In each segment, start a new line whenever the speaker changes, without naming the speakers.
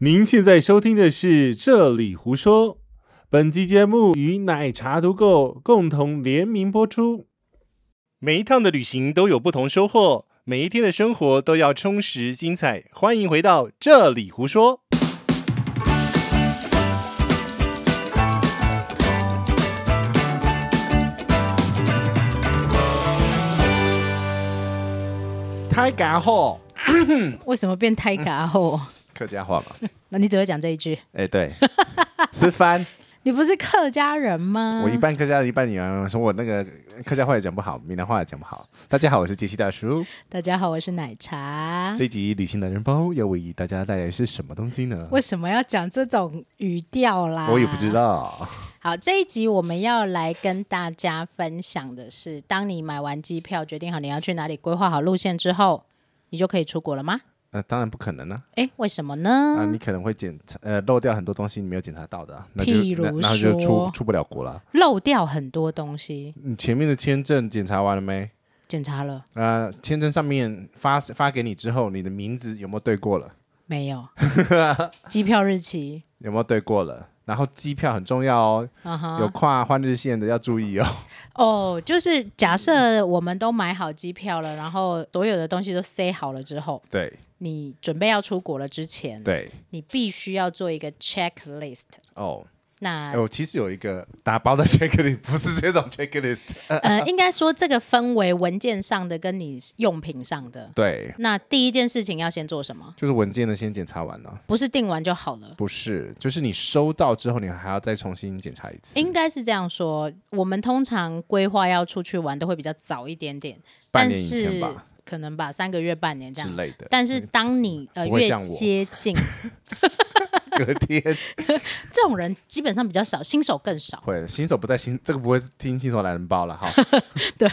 您现在收听的是《这里胡说》，本期节目与奶茶独购共同联名播出。每一趟的旅行都有不同收获，每一天的生活都要充实精彩。欢迎回到《这里胡说》。
太嘎后，
为什么变胎嘎后？
客家话嘛？
那你只会讲这一句？
哎、对，吃饭。
你不是客家人吗？
我一半客家人，一半闽南人。说我那个客家话也讲不好，闽南话也讲不好。大家好，我是杰西大叔。
大家好，我是奶茶。
这一集旅行男人包要为大家带来是什么东西呢？
为什么要讲这种语调啦？
我也不知。道。
好，这一集我们要来跟大家分享的是，当你买完机票，决定好你要去哪里，规划好路线之后，你就可以出国了吗？
呃，当然不可能啊！
诶，为什么呢？
啊，你可能会检查呃漏掉很多东西，你没有检查到的啊，那就
譬如
那然后就出
说
出不了国了。
漏掉很多东西，
你前面的签证检查完了没？
检查了
呃，签证上面发发给你之后，你的名字有没有对过了？
没有？机票日期，
有没有对过了？然后机票很重要哦，
啊哈，
有跨换日线的要注意 哦。
哦，就是假设我们都买好机票了，然后所有的东西都塞好了之后，
对
你准备要出国了之前，
对
你必须要做一个 checklist。
哦，
那
哎我其实有一个打包的 checklist，不是这种 checklist。
呃，应该说这个分为文件上的跟你用品上的。
对，
那第一件事情要先做什么？
就是文件的先检查完了，
不是订完就好了。
不是，就是你收到之后，你还要再重新检查一次，
应该是这样说，我们通常规划要出去玩都会比较早一点点，
半
但
年以前
是
吧
可能吧，三个月、半年这
之
样。
类的。
但是当你呃
嗯不会
越
像我
接近，
隔天
这种人基本上比较少，新手更少。
会新手不在新，这个不会听新手懒人包了 哈。。
对，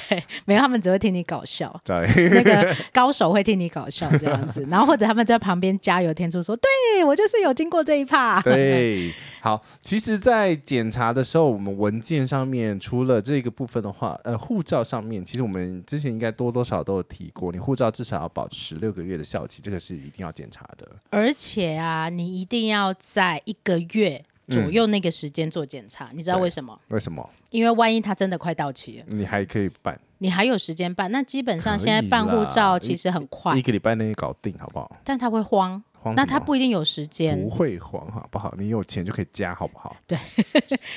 没有，他们只会听你搞笑
对，
那个高手会听你搞笑这样子，然后或者他们在旁边加油添醋说：“对我就是有经过这一趴。”，
对，好，其实，在检查的时候，我们文件上面除了这个部分的话，呃，护照上面，其实我们之前应该多多少少都有提过，你护照至少要保持六个月的效期，这个是一定要检查的。
而且啊，你一定要在一个月左右那个时间做检查，你知道为什么？
为什么？
因为万一它真的快到期了，
你还可以办
你还有时间办。那基本上
可以
现在办护
啦
照
一
其实很快
一，个礼拜内搞定，好不好？
但他会慌，
慌
那
什
他
么
不一定有时间
不。会慌，好不好？你有钱就可以加，好不好？
对，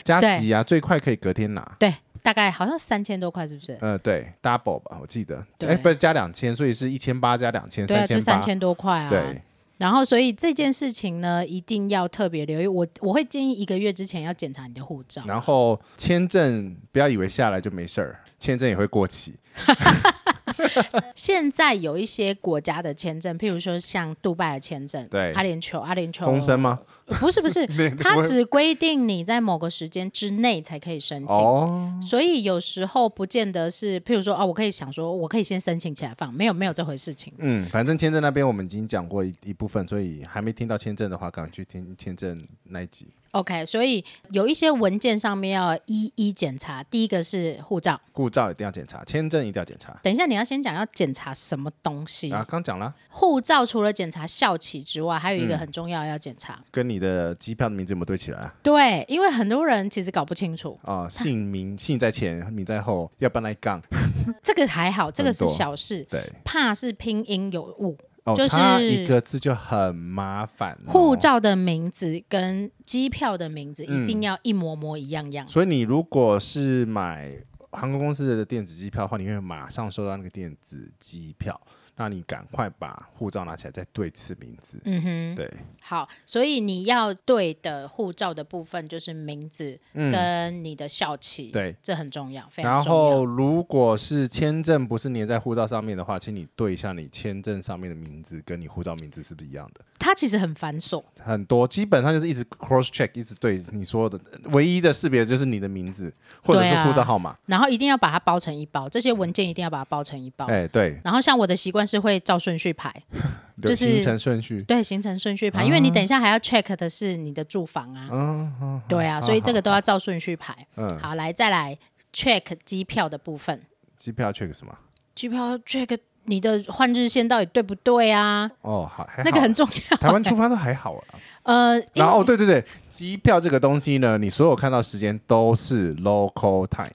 加
对
急啊，最快可以隔天拿。
对，大概好像三千多块，是不是？
呃，对，double 吧，我记得，
对
哎，不是加两千，所以是一千八加两千，
对啊，就三
八，
千多块啊。
对，
然后，所以这件事情呢，一定要特别留意。我我会建议一个月之前要检查你的护照。
然后签证不要以为下来就没事儿，签证也会过期。
现在有一些国家的签证，譬如说像杜拜的签证，
对
阿联酋，阿联酋
终身 吗？
不是 不是
那，
它
我
只规定你在某个时间之内才可以申请。
哦，
所以有时候不见得是，譬如说哦，我可以想说，我可以先申请起来放，没有没有这回事情。
嗯，反正签证那边我们已经讲过一一部分，所以还没听到签证的话，赶快去听签证那一集。
OK，所以有一些文件上面要一一检查。第一个是护照，
护照一定要检查，签证一定要检查。
等一下你要先讲要检查什么东西。
啊，刚讲了，
护照除了检查校期之外，还有
嗯
一个很重要要检查。
跟你的机票的名字有没有对起来啊？
对，因为很多人其实搞不清楚，
啊，姓名姓在前，名在后，要不然来杠。
这个还好，这个是
很多
小事，
对，
怕是拼音有误。
哦，
就是
差一个字就很麻烦、哦。
护照的名字跟机票的名字
嗯
一定要一模模一样样。
所以你如果是买航空公司的电子机票的话，你会马上收到那个电子机票，那你赶快把护照拿起来再对次名字。
嗯哼，
对，
好，所以你要对的护照的部分就是名字跟你的校期，
嗯对，
这很重要，非常
然
重要。
后如果是签证不是粘在护照上面的话，请你对一下你签证上面的名字跟你护照名字是不是一样的。
它其实很繁琐，
很多基本上就是一直 cross check，一直对你说的，唯一的识别就是你的名字或者是
对啊
护照号码。
然后一定要把它包成一包，这些文件一定要把它包成一包。
哎、嗯对，
然后像我的习惯是会照顺序排，
有
就是
行程顺序。
对，行程顺序
啊
排，因为你等一下还要 check 的是你的住房啊，对啊，所以这个都要照顺序排。
嗯，
好，来再来 check 机票的部分，
机票 check 什么？
机票 check 你的换日线到底对不对啊？
哦，好，还好
那个很重要。
台湾出发都还好啊。
呃， 因
然
为
后哦，对对对，机票这个东西呢，你所有看到时间都是 local time。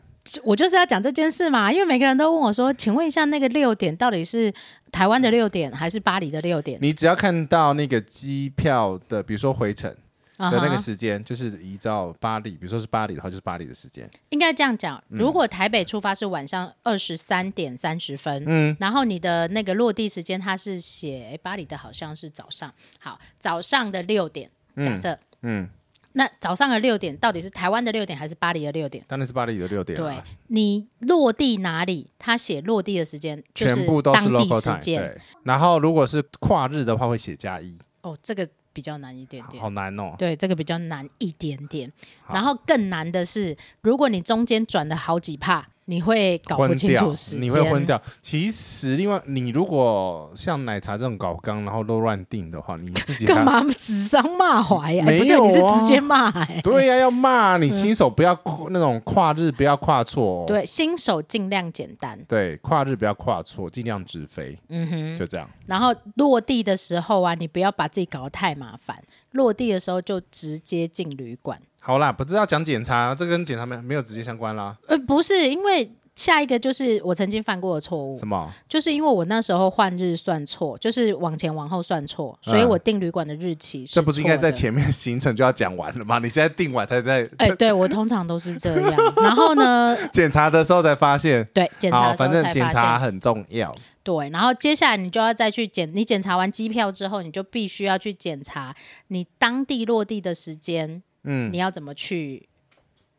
我就是要讲这件事嘛，因为每个人都问我说，请问一下那个六点到底是台湾的六点还是巴黎的六点？
你只要看到那个机票的，比如说回程
啊
的那
哈
个时间，就是依照巴黎，比如说是巴黎的话，就是巴黎的时间。
应该这样讲，
嗯
如果台北出发是晚上二十三点三十分，嗯，然后你的那个落地时间它是写诶巴黎的好像是早上，好，早上的六点，假设，
嗯，
那早上的六点到底是台湾的六点还是巴黎的六点？
当然是巴黎的六点了
对
啊，
你落地哪里？它写落地的时间就是
全部都是
当地
local
时
time。
间。
对，然后如果是跨日的话，会写加一，
哦，这个比较难一点
好
点。
好难哦。
对，这个比较难一点点。
好
然后更难的是，如果你中间转了好几帕，你会搞不
昏
清
掉
楚时，间，
你会昏掉。其实，另外，你如果像奶茶这种搞纲，然后都乱定的话，你自 己还
干？嘛指桑骂槐呀、哎不
没
对，
有
你是
啊
直接骂哎、
对呀、要骂你新手不要跨那种跨日不要跨错、哦。
对，新手尽量简单，
对，跨日不要跨错，尽量直飞，
嗯哼。
就这样。
然后落地的时候啊，你不要把自己搞得太麻烦。落地的时候就直接进旅馆。
好啦，不知道讲检查，这跟检查没没有直接相关啦。
呃，不是，因为下一个就是我曾经犯过的错误
什，么？
就是因为我那时候换日算错，就是往前往后算错，所以
嗯
我订旅馆的日期是
这不是应该
错
在
的
前面行程就要讲完了吗？你现在定完才 在
哎、对我通常都是这样。然后呢，
检查的时候才发现。
对检查
好，
的时候
反正
才
检
发
查
现，
很重要。
对。然后接下来你就要再去检，你检查完机票之后，你就必须要去检查你当地落地的时间，
嗯
你要怎么去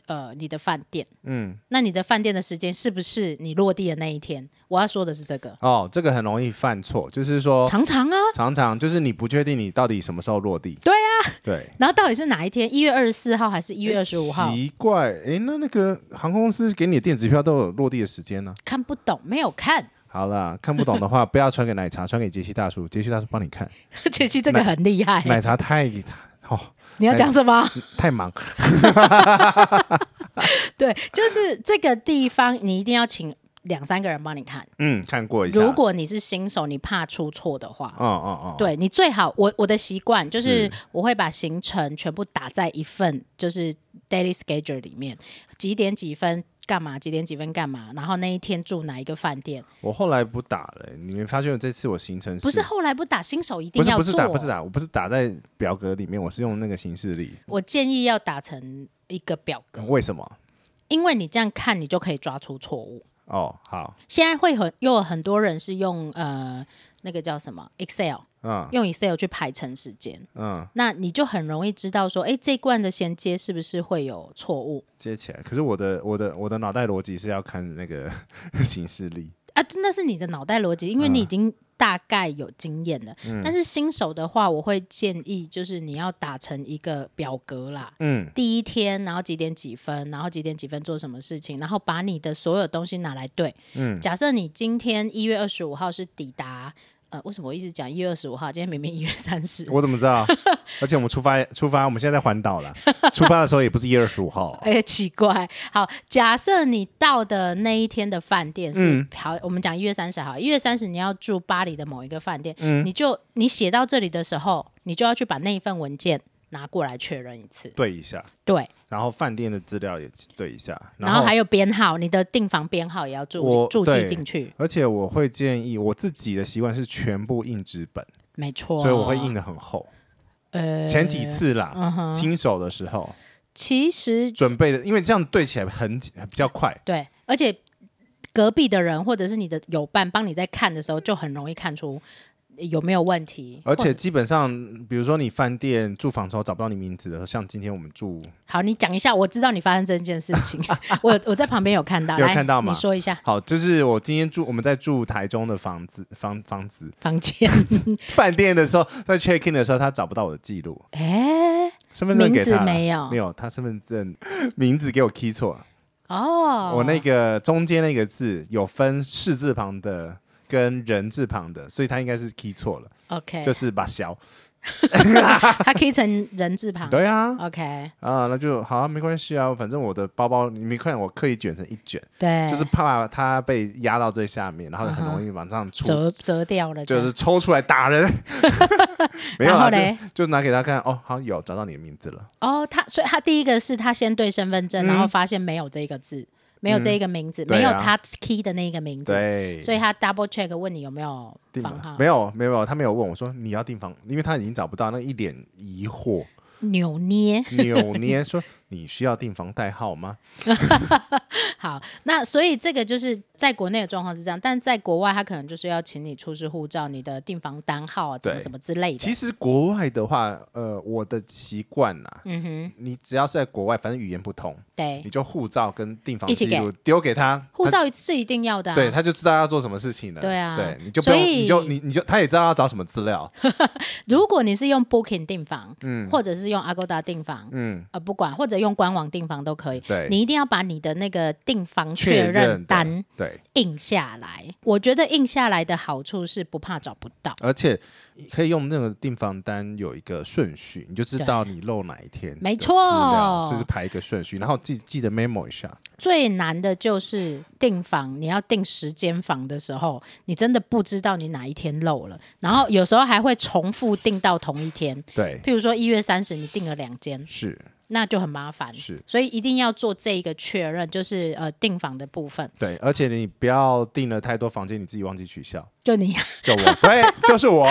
呃你的饭店。
嗯，
那你的饭店的时间是不是你落地的那一天？我要说的是这个，
哦，这个很容易犯错，就是说
常常啊，
常常就是你不确定你到底什么时候落地。对啊，对。
然后到底是哪一天？一月二十四号还是一月二十五号？
奇怪，哎，那那个航空公司给你的电子票都有落地的时间呢、
看不懂，没有看。
好啦，看不懂的话，不要传给奶茶，传给杰西大叔，杰西大叔帮你看。
杰西这个很厉
奶
害，
茶太哦
你要
奶
讲什么？
太忙，
对，就是这个地方，你一定要请两三个人帮你看。
嗯，看过一下。
如果你是新手，你怕出错的话，
哦哦哦，
对你最好，我我的习惯就是
是
我会把行程全部打在一份就是 daily schedule 里面，几点几分干嘛，几点几分干嘛，然后那一天住哪一个饭店。
我后来不打了、你们发现这次我行程
不是后来不打，新手一
不
定
是
要
不是
做。
打不是打，我不是打在表格里面，我是用那个形式力。
我建议要打成一个表格，
为什么？
因为你这样看，你就可以抓出错误。
哦，好，
现在会很又有很多人是用呃那个叫什么 Excel。
嗯
用 Excel 去排成时间，
嗯，
那你就很容易知道说，哎，这一罐的衔接是不是会有错误
接起来。可是我的我的我的脑袋逻辑是要看那个 形式力。
啊？那是你的脑袋逻辑，因为
嗯
你已经大概有经验了。但是新手的话，我会建议就是你要打成一个表格啦。
嗯，
第一天，然后几点几分，然后几点几分做什么事情，然后把你的所有东西拿来对。嗯，假设你今天一月二十五号是抵达，呃，为什么我一直讲一月二十五号？今天明明一月三十，
我怎么知道？而且我们出发出发，我们现在在环岛了，出发的时候也不是一二十五号。
哎、奇怪。好，假设你到的那一天的饭店是、好，我们讲一月三十好，一月三十你要住巴黎的某一个饭店，你就你写到这里的时候，你就要去把那一份文件拿过来确认一次。
对一下，
对，
然后饭店的资料也对一下，
然后还有编号，你的订房编号也要注
我
注记
对
进去，
而且我会建议我自己的习惯是全部印纸本，
没错。
所以我会印。的很厚。
呃，
前几次啦，
嗯哼
新手的时候
其实
准备的，因为这样对起来很比较快。
对，而且隔壁的人或者是你的友伴帮你在看的时候，就很容易看出有没有问题，
而
或
且基本上，比如说你饭店住房的时候找不到你名字的时候，像今天我们住，
好，你讲一下，我知道你发生这件事 情，我我在旁边有看到，
有
来
看到
你
吗
说一下
好，就是我今天住我们在住台中的房子房房子
房 间，
饭店的时候，在 check in 的时候，他找不到我的记录，
哎、
身份证
名
给
字
他了
没有
没有，他身份证名字给我 key 错，
哦，
我那个中间那个字有分士字旁的跟人字旁的，所以他应该是 key 错了，
OK，
就是把小
它可以成人字旁。
对啊，
OK，
啊，那就好、啊，没关系啊，反正我的包包你没看我刻意卷成一卷，
对，
就是怕它被压到最下面，然后很
嗯哼
容易往上出，
折折掉了这
就
样，
是抽出来打 人。没有
然后
啊，
嘞
就就拿给他看，哦，好有找到你的名字了，
哦，他所以他第一个是他先对身份证，然后发现没有这个字，没有这一个名字，
嗯对啊
没有他 key 的那个名字，
对，
所以他 double check 问你有没有
订
房
房
号
没，有没有没有，他没有问我说你要订房，因为他已经找不到，那一脸疑惑
扭捏。
扭捏说你需要订房代号吗？
好，那所以这个就是在国内的状况是这样，但在国外他可能就是要请你出示护照、你的订房单号啊，怎么
对
怎么之类的。
其实国外的话，呃，我的习惯呐，
嗯哼，
你只要是在国外，反正语言不通，
对
你，就护照跟订房
哎一起
记录丢给他，
护
他
照是一定要的、啊。
对，他就知道要做什么事情了。
对啊
对，你就不用，
所以
你就你你就他也知道要找什么资 料。
如果你是用 Booking 订房，或者是用 Agoda 订房，
嗯，
呃，不管或者用官网订房都可以。
对
你一定要把你的那个订房
确
确认
的
单
对，
印下来。我觉得印下来的好处是不怕找不到。
而且可以用那个订房单有一个顺序，你就知道你漏哪一天的资料。
没错
就是排一个顺序，然后记记得 memo 一下。
最难的就是订房，你要订十间房的时候，你真的不知道你哪一天漏了，然后有时候还会重复订到同一天。
对，
譬如说一月三十，你订了两间，
是
那就很麻烦。
是，
所以一定要做这一个确认，就是呃订房的部分。
对，而且你不要订了太多房间，你自己忘记取消。
就你，
就我，对， 就是我。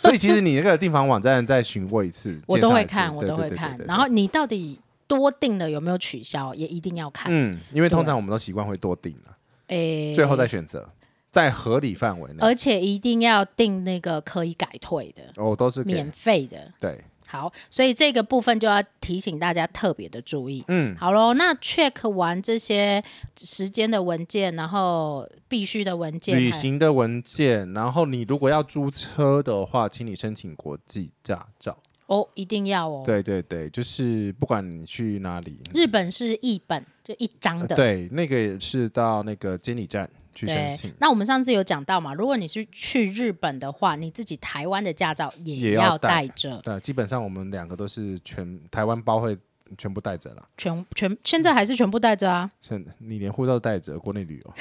所以其实你那个订房网站再询过一次，
我
检
都
查
会
一次
看，我
对
都
对
会
对对
看
对。
然后你到底多订了有没有取消，也一定要看。
嗯，因为通常我们都习惯会多订啊，
诶，
最后再选择，在合理范围内
而，且一定要订那个可以改退的、
哦，都是给
免费的。
对，
好，所以这个部分就要提醒大家特别的注意。
嗯，
好喽，那 check 完这些时间的文件，然后必须的文件，
旅行的文件，然后你如果要租车的话，请你申请国际驾照。
哦，一定要哦。
对对对，就是不管你去哪里，
日本是一本，就一张
呃
的。
对，那个也是到那个监理站去申
对
请，，
那我们上次有讲到嘛，如果你是去日本的话，你自己台湾的驾照
也
也
要
要
带
带着。
对，基本上我们两个都是全台湾包会全部带着了。
全全现在还是全部带着啊，
现你连护照都带着，国内旅游，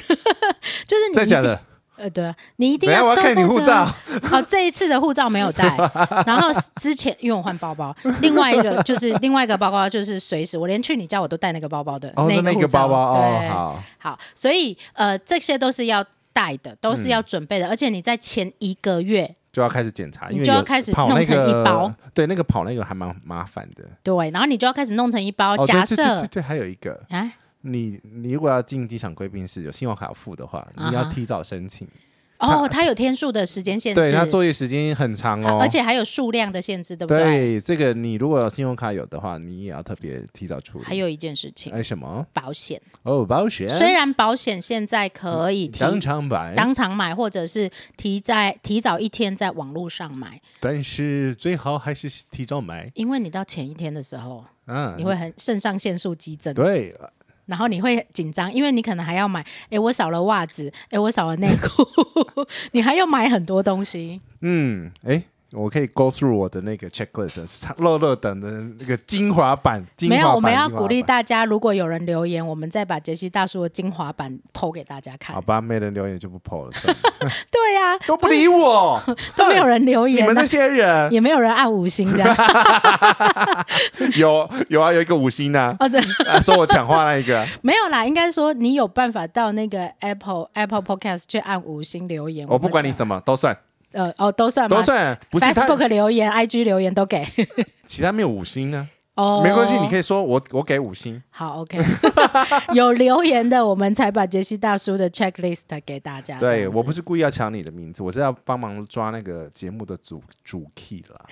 就是
真
你
的
一定
假的？
呃，对啊，你一定
没有，我
要
要
都
看你
带
护
着
照
啊。。哦，这一次的护照 没有带，然后之前因为我换包包，另外一个就是另外一个包包就是随时我连去你家我都带那个包包的
哦，那
个
那
护
个
照，
包包
对，
哦，好，
好，所以呃这些都是要。带的都
嗯
是要准备的，而且你在前一个月
就要开始检查，
你
因为
就要
有
开始
跑
弄
那
成一
个
包。
对，那个跑那个还蛮麻烦的。
对，然后你就要开始弄成一包。
哦，对
假
对对对
设
对，还有一个，
啊，
你你如果要进机场贵宾室有信用卡付的话，
啊哈
你要提早申请。
哦，它有天数的时间限制，啊
对，它作业时间很长哦，
而且还有数量的限制，对不对？
对这个你如果有信用卡有的话，你也要特别提早处理。
还有一件事情，
哎什么？
保险。
哦，保险，
虽然保险现在可以提
当场买，
当场买，或者是提在提早一天在网络上买，
但是最好还是提早买。
因为你到前一天的时候，
嗯，
你会很肾上腺素激增，
对，
然后你会紧张，因为你可能还要买，诶，我少了袜子，诶，我少了内 裤，你还要买很多东西。
嗯，哎，我可以 go through 我的那个 checklist，乐乐等的那个精华版，精华
没
版
有，我们要
精华版
鼓励大家，如果有人留言，我们再把杰西大叔的精华版剖给大家
好
看。
吧，没人留言就不 PO 了，算了
对呀、
都不理我，
都没有人留
你
言、
们
啊
这，些人
也没有人按五星这样。
有有啊，有一个五星呐、
哦，这
啊，说我抢话那一 个，
没有啦，应该说你有办法到那个 Apple Apple Podcast 去按五星留言。
哦我不管你
么，
什么都算，
呃，哦，都算吗
都 算，不是他
Facebook 留言、IG 留言都给。
其他没有五星呢、
哦，
没关系，你可
以。
以说我我给五星，
好，OK，有留言的，我们才把杰西大叔的 checklist 给大家。啊这
对
样子
我不是故意要抢你的名字，我是要帮忙抓那个节目的主主 key 啦，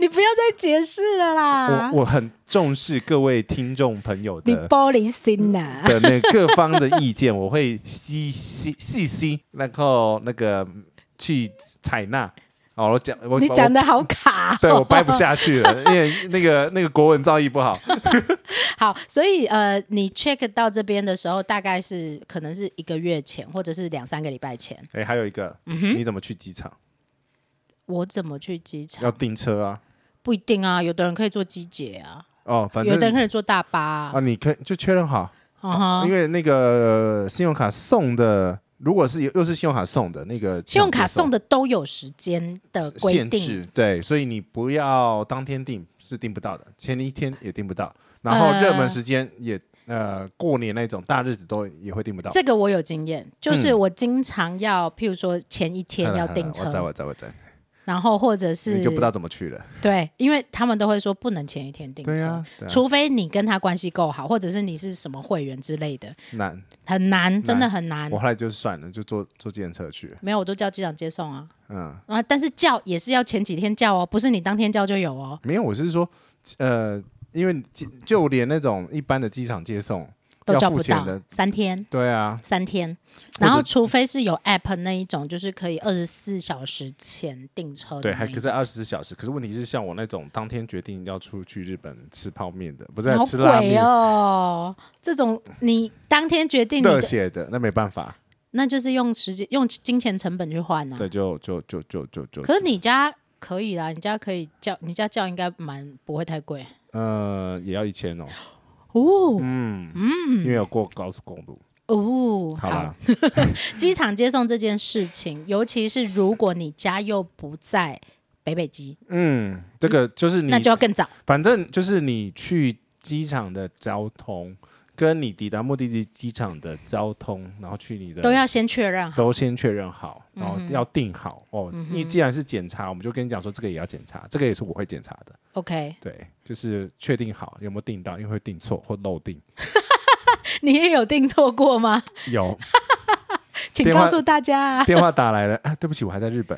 你不要再解释了啦，
我我很重视各位听众朋友
啊你
的。
玻璃心呐、
的那各方的意见， 我会细细细细，然后那个去采纳。哦，我讲我
你
我
讲的好卡、哦，
对我掰不下去 了，因为那个那个国文造诣不好。
好，所以呃，你 check 到这边的时候，大概是可能是一个月前，或者是两三个礼拜前。
哎，还有一个，你怎么去机场？
我怎么去机
要
场？
订车啊。
不一定啊，有的人可以坐机姐啊，
哦，反
有
正
的人可以坐大巴啊
啊，。你可以就确认好，
嗯哼
因为那个信用卡送的，如果是又是信用卡送的那个，
信用卡送的都有时间的规
限
定，
制，对，所以你不要当天订是订不到的，前一天也订不到，然后热门时间也呃过年那种大日子都也会订不到。
这个我有经验，就是我经常要，譬如说前一天要订车
嗯我，在我在我在，
然后或者是
你就不知道怎么去了。
对，因为他们都会说不能前一天订
对
车，
啊，对啊
除非你跟他关系够好，或者是你是什么会员之类的，
难。
很难，真的很难
我。后来就算了，就坐坐计程车去。
没有，我都叫机长接送啊
嗯，
啊！但是叫也是要前几天叫哦，不是你当天叫就有哦。
没有，我是说，呃，因为就就连那种一般的机场接送
都
要
叫
付
不
钱
到
的，
三天，
对啊，
三天。
或
然后
者
除非是有 app 那一种，就是可以二十四小时前订车的
对，
那
还
一
可
种。
是二十四小时。可是问题是，像我那种当天决定要出去日本吃泡面的，不是
好
吃拉
鬼
面、
哦！这种你当天决定你
热
的，
血的，那没办法，
那就是用时间、用金钱成本去换啊。
对，就就就就就就，
可是你家可以啦，你家可以叫，你家叫应该蛮不会太贵
呃，也要一千哦，
哦
嗯
嗯
因为有过高速公路。
哦。
好啦，，
机场接送这件事情，尤其是如果你家又不在北北基，
嗯，这个就是你
那，就要更早。
反正就是你去机场的交通，跟你抵达目的地机场的交通，然后去你的
都要先确认好。
都先确认好，然后
嗯哼嗯
要定好、哦。因为既然是检查，我们就跟你讲说，这个也要检查，这个也是我会检查的。
OK，
对，就是确定好有没有定到，因为会定错或漏定。
你也有订错过吗？
有
请
电话
告诉大家 啊、
电话打来了、啊，对不起，我还在日本，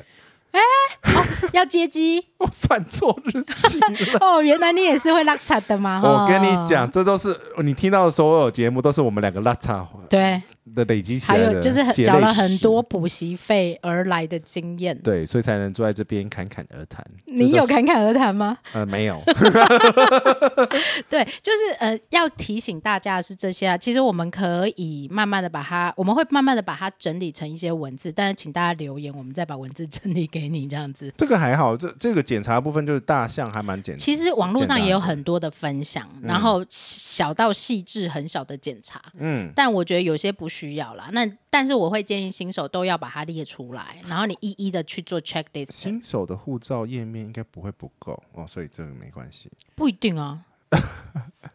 要接机
我算错日期了。
哦。原来你也是会拉扯 的嘛？
我跟
哈
你，讲，这都是你听到的所有节目，都是我们两个拉差
对，
的累积起
还
来的，
有就是很
血泪
缴了很
史
多，补习费而来的经验。
对，所以才能坐在这边侃侃而谈。
你
这都
有
是？
侃侃而谈吗？
呃，没有。
对，就是呃，要提醒大家的是这些啊。其实我们可以慢慢的把它，我们会慢慢的把它整理成一些文字，但是请大家留言，我们再把文字整理给你这样子。
这个还好，这这个检查部分就是大象还蛮简单。
其实网络上
简单
也有很多的分享，然后小到细致很小的检查，
嗯，
但我觉得有些不需要啦。那但是我会建议新手都要把它列 出来，然后你一一的去做 check list，
新手的护照页面应该不会不够哦，所以这个没关系。
不一定啊。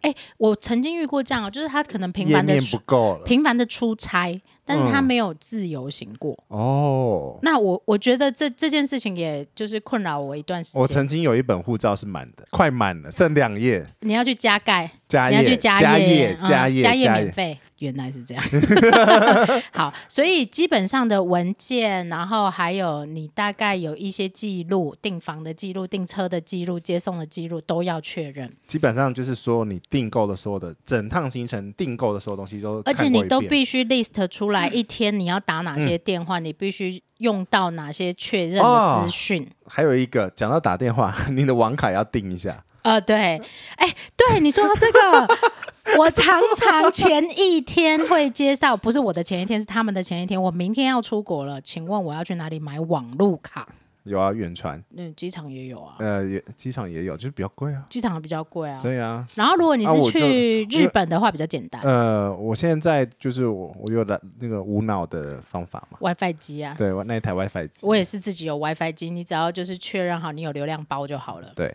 哎、我曾经遇过这样啊，就是他可能频
页
繁的
面不够了
频繁的出差，但是他
嗯
没有自由行过。
哦。
那我我觉得这这件事情也就是困扰我一段时
我
间。
曾经有一本护照是满的，快满了，剩两页，
你要去加盖，
加
你要去
页，
加
页，
嗯
加页，
加
页，
免费，原来是这样。 好，所以基本上的文件，然后还有你大概有一些记录，订房的记录、订车的记录、接送的记录都要确认，
基本上就是说你订购的所有的整趟行程订购的所有东西都
而
看过
且
一遍，嗯
你都必须 list 出来，一天你要打哪些电话，你必须用到哪些确认
哦
的资讯。
还有一个讲到打电话，你的网卡要订一下，
呃，对，哎，对你说到这 个，我常常前一天会接到，不是我的前一天，是他们的前一天。我明天要出国了，请问我要去哪里买网路卡？
有啊，远 传，
嗯，机场也有啊，
呃，也机场也有，就是比较贵啊，
机场比较贵啊。
对啊。
然后如果你
啊我
是
就
去
因为
日本的话，比较简单
呃，我现在就是我，我有了那个无脑的方法嘛，
，WiFi 机啊。
对，我那一台 WiFi 机，
我也是自己有 WiFi 机，你只要就是确认好你有流量包就好了。
对，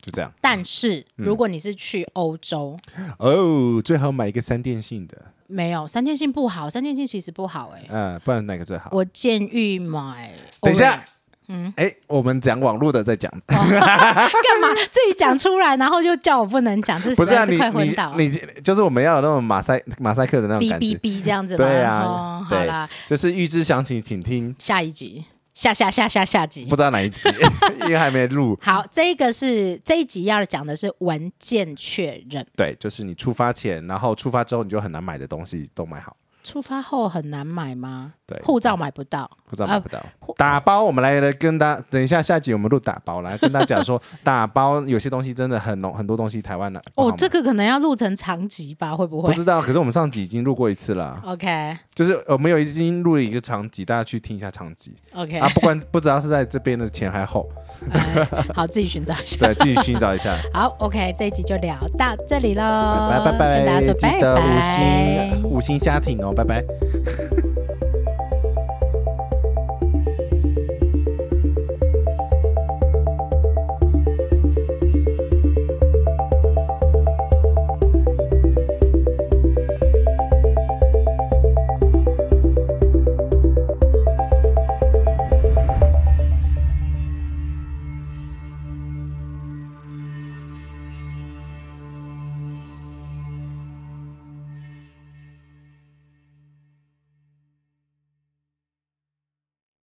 就这样。
但是
嗯
如果你是去欧洲，
哦，最好买一个三电信的，
没有三电信不好，三电信其实不好哎、
呃，不然哪个最好？
我建议买。
等一下，嗯，哎，我们讲网络的再讲，
干嘛自己讲出来，然后就叫我不能讲，这
不
实
是啊，
在是
你
快昏倒。
你你就是我们要有那种马赛马赛克的那种
哔
感
哔
觉，
哔这样子吗？
对啊
哦
对
好啦，
就是预知详情，请听
下一集，下下下下下集
不。知道哪一 集，因为还没录。
好，这一个是这一集要讲的是文件确认，
对，就是你出发前，然后出发之后你就很难买的东西都买好。
出发后很难买吗？
对，
护照买不到。
护照
呃
买不到。打包，我们来来跟大等一下下集我们录打包来跟大家 讲说，打包有些东西真的很浓，很多东西台湾的
哦，这个可能要录成长集吧？会不
不
会
知道，可是我们哦上集已经录过一次了，
？OK
就是呃我们有已经录了一个长集，大家去听一下长集
OK，、
啊，不管不知道是在这边的前还后，
哎好，自己寻找一下。
对，自己寻找一 下。
好，OK，这一集就聊到这里喽，
拜拜拜
哦跟大
拜，
家说
记
拜
得啊
拜。
五星五星下挺哦，拜拜。